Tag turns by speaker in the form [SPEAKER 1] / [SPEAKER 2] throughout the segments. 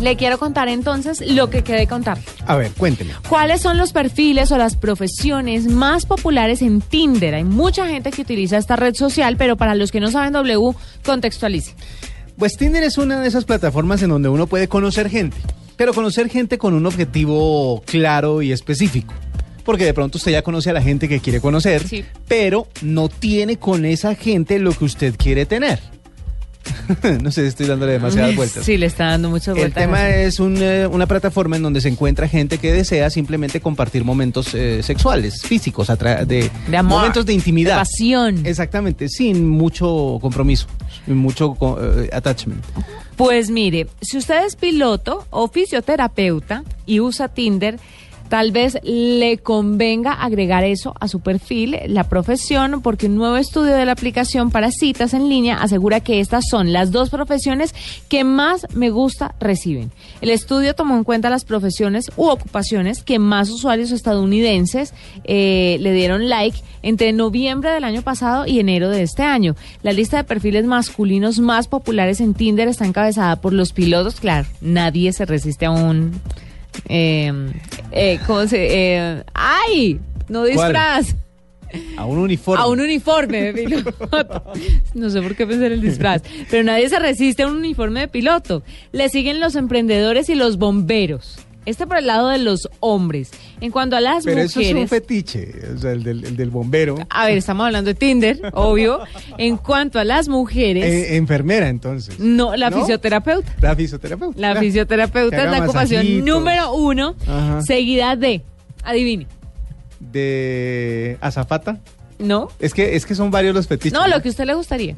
[SPEAKER 1] Le quiero contar entonces lo que quedé contar.
[SPEAKER 2] A ver, cuénteme.
[SPEAKER 1] ¿Cuáles son los perfiles o las profesiones más populares en Tinder? Hay mucha gente que utiliza esta red social, pero para los que no saben W, contextualice.
[SPEAKER 2] Pues Tinder es una de esas plataformas en donde uno puede conocer gente, pero conocer gente con un objetivo claro y específico. Porque de pronto usted ya conoce a la gente que quiere conocer,
[SPEAKER 1] Sí.
[SPEAKER 2] pero no tiene con esa gente lo que usted quiere tener. no sé, estoy dándole demasiadas vueltas.
[SPEAKER 1] Sí, le está dando muchas
[SPEAKER 2] El
[SPEAKER 1] vueltas.
[SPEAKER 2] tema
[SPEAKER 1] así.
[SPEAKER 2] es un, eh, una plataforma en donde se encuentra gente que desea simplemente compartir momentos eh, sexuales, físicos, atra- de,
[SPEAKER 1] De amor,
[SPEAKER 2] momentos de intimidad.
[SPEAKER 1] de pasión.
[SPEAKER 2] Exactamente, sin mucho compromiso, sin mucho co- eh, attachment.
[SPEAKER 1] Pues mire, si usted es piloto o fisioterapeuta y usa Tinder, tal vez le convenga agregar eso a su perfil, la profesión, porque un nuevo estudio de la aplicación para citas en línea asegura que estas son las dos profesiones que más me gusta reciben. El estudio tomó en cuenta las profesiones u ocupaciones que más usuarios estadounidenses eh, le dieron like entre noviembre del año pasado y enero de este año. La lista de perfiles masculinos más populares en Tinder está encabezada por los pilotos. Claro, nadie se resiste a un... eh, eh, ¿Cómo se...? eh, ¡Ay! No disfraz.
[SPEAKER 2] A un uniforme.
[SPEAKER 1] A un uniforme de piloto. No sé por qué pensar el disfraz. Pero nadie se resiste a un uniforme de piloto. Le siguen los emprendedores y los bomberos. Este por el lado de los hombres. En cuanto a las
[SPEAKER 2] Pero
[SPEAKER 1] mujeres. Ah,
[SPEAKER 2] eso es un fetiche, o sea, el del, el del bombero.
[SPEAKER 1] a ver, estamos hablando de Tinder, obvio. En cuanto a las mujeres,
[SPEAKER 2] Eh, enfermera, entonces.
[SPEAKER 1] no, la fisioterapeuta.
[SPEAKER 2] La fisioterapeuta.
[SPEAKER 1] La
[SPEAKER 2] Ah, que
[SPEAKER 1] fisioterapeuta es
[SPEAKER 2] haga
[SPEAKER 1] la ocupación
[SPEAKER 2] masajitos
[SPEAKER 1] número uno,
[SPEAKER 2] Ajá.
[SPEAKER 1] seguida de, adivine,
[SPEAKER 2] De azafata.
[SPEAKER 1] ¿no?
[SPEAKER 2] Es que, es que son varios los fetiches.
[SPEAKER 1] No, lo que a usted le gustaría.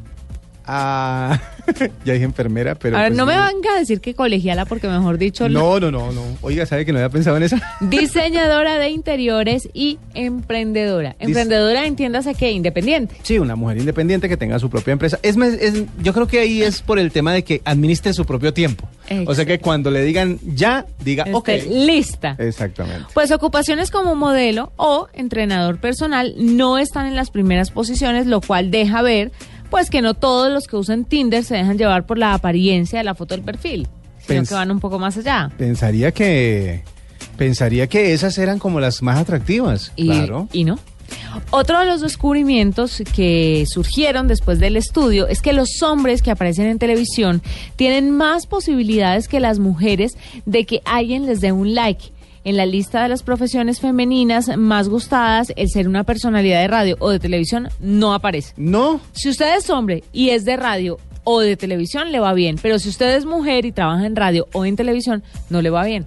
[SPEAKER 2] Ah, ya dije enfermera, pero.
[SPEAKER 1] a ver,
[SPEAKER 2] pues,
[SPEAKER 1] no me
[SPEAKER 2] eh,
[SPEAKER 1] venga a decir que colegiala, porque mejor dicho,
[SPEAKER 2] No, no, no, no. Oiga, ¿sabe que no había pensado en esa?
[SPEAKER 1] diseñadora de interiores y emprendedora. Emprendedora, entiéndase que independiente.
[SPEAKER 2] Sí, una mujer independiente que tenga su propia empresa. Es, más, es- yo creo que ahí es por el tema de que administre su propio tiempo. O sea que
[SPEAKER 1] Exacto. Este
[SPEAKER 2] cuando le digan ya, diga Ah, ok. Eh.
[SPEAKER 1] Esté lista.
[SPEAKER 2] Exactamente.
[SPEAKER 1] Pues ocupaciones como modelo o entrenador personal no están en las primeras posiciones, lo cual deja ver pues que no todos los que usan Tinder se dejan llevar por la apariencia de la foto del perfil, sino
[SPEAKER 2] Pens-
[SPEAKER 1] que van un poco más allá.
[SPEAKER 2] Pensaría que pensaría que esas eran como las más atractivas.
[SPEAKER 1] Y,
[SPEAKER 2] claro.
[SPEAKER 1] y no. Otro de los descubrimientos que surgieron después del estudio es que los hombres que aparecen en televisión tienen más posibilidades que las mujeres de que alguien les dé un like. En la lista de las profesiones femeninas más gustadas, el ser una personalidad de radio o de televisión no aparece.
[SPEAKER 2] no.
[SPEAKER 1] Si usted es hombre y es de radio o de televisión, le va bien. Pero si usted es mujer y trabaja en radio o en televisión, no le va bien.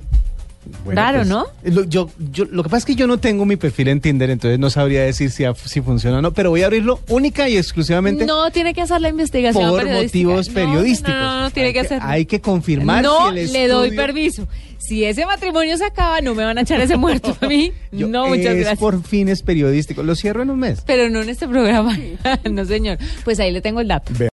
[SPEAKER 1] Raro, ¿no?
[SPEAKER 2] pues, eh, Lo, yo, yo, lo que pasa es que yo no tengo mi perfil en Tinder, entonces no sabría decir si, a- si funciona o no, pero voy a abrirlo única y exclusivamente
[SPEAKER 1] No tiene que hacer la investigación
[SPEAKER 2] por
[SPEAKER 1] periodística.
[SPEAKER 2] motivos
[SPEAKER 1] No,
[SPEAKER 2] periodísticos.
[SPEAKER 1] No, no, no, no tiene
[SPEAKER 2] hay
[SPEAKER 1] que hacer.
[SPEAKER 2] Hay que confirmar
[SPEAKER 1] No
[SPEAKER 2] si el
[SPEAKER 1] le doy
[SPEAKER 2] estudio-
[SPEAKER 1] permiso. Si ese matrimonio se acaba, no me van a echar ese muerto a mí.
[SPEAKER 2] Yo-
[SPEAKER 1] no, muchas
[SPEAKER 2] es
[SPEAKER 1] gracias.
[SPEAKER 2] por fines periodísticos. Lo cierro en un mes.
[SPEAKER 1] Pero no en este programa. no, señor. Pues ahí le tengo el dato.